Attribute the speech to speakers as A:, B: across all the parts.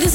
A: This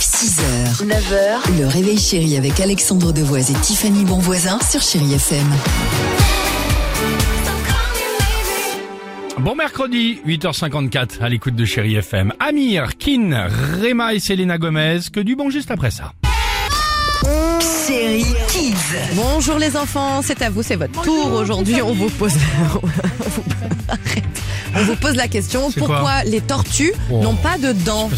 B: 6h, 9h, le réveil chéri avec Alexandre Devoise et Tiffany Bonvoisin sur Chérie FM.
C: Bon mercredi, 8h54, à l'écoute de Chéri FM. Amir, Kin, Rema et Selena Gomez, que du bon juste après ça.
B: Série Kids.
D: Bonjour les enfants, c'est à vous, c'est votre tour. Aujourd'hui, on vous pose on vous- arrête. On vous pose la question
C: C'est quoi
D: pourquoi les tortues
C: Oh.
D: n'ont pas de dents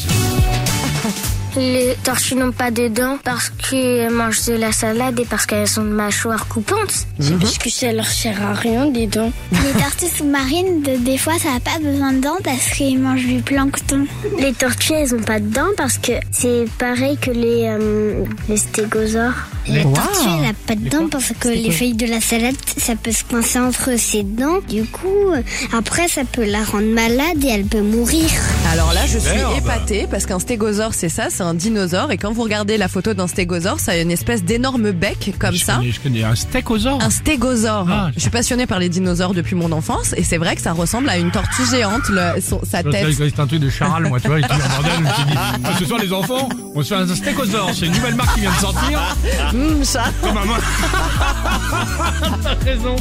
E: Les tortues n'ont pas de dents parce qu'elles mangent de la salade et parce qu'elles ont une mâchoire coupante.
D: Mhm.
E: C'est parce que ça leur sert à rien des dents.
F: Les tortues sous-marines, de- des fois, ça n'a pas besoin de dents parce qu'ils mangent du plancton.
E: Les tortues, elles n'ont pas de dents parce que c'est pareil que les, euh, les stégosaures.
F: La
D: Wow.
F: tortue, elle n'a pas de dents parce que les
D: quoi
F: feuilles de la salade, ça peut se coincer entre ses dents. Du coup, euh, après, ça peut la rendre malade et elle peut mourir.
D: Alors là, je suis
C: Merde.
D: épatée parce qu'un stégosaure, c'est ça, c'est un dinosaure. Et quand vous regardez la photo d'un stégosaure, ça a une espèce d'énorme bec comme
C: je
D: ça.
C: Connais, je connais un stégosaure.
D: Un stégosaure.
C: Ah.
D: je suis passionnée par les dinosaures depuis mon enfance et c'est vrai que ça ressemble à une tortue géante, le- son- sa
C: Je
D: tête.
C: sais, C'est un truc de charal, moi, tu vois, il dit, bordel, je me suis dit, Ah, ce soir, les enfants, on se fait un stégosaure, c'est une nouvelle marque qui vient de sortir.
D: Hum, ça.
C: Oh, maman. T'as raison.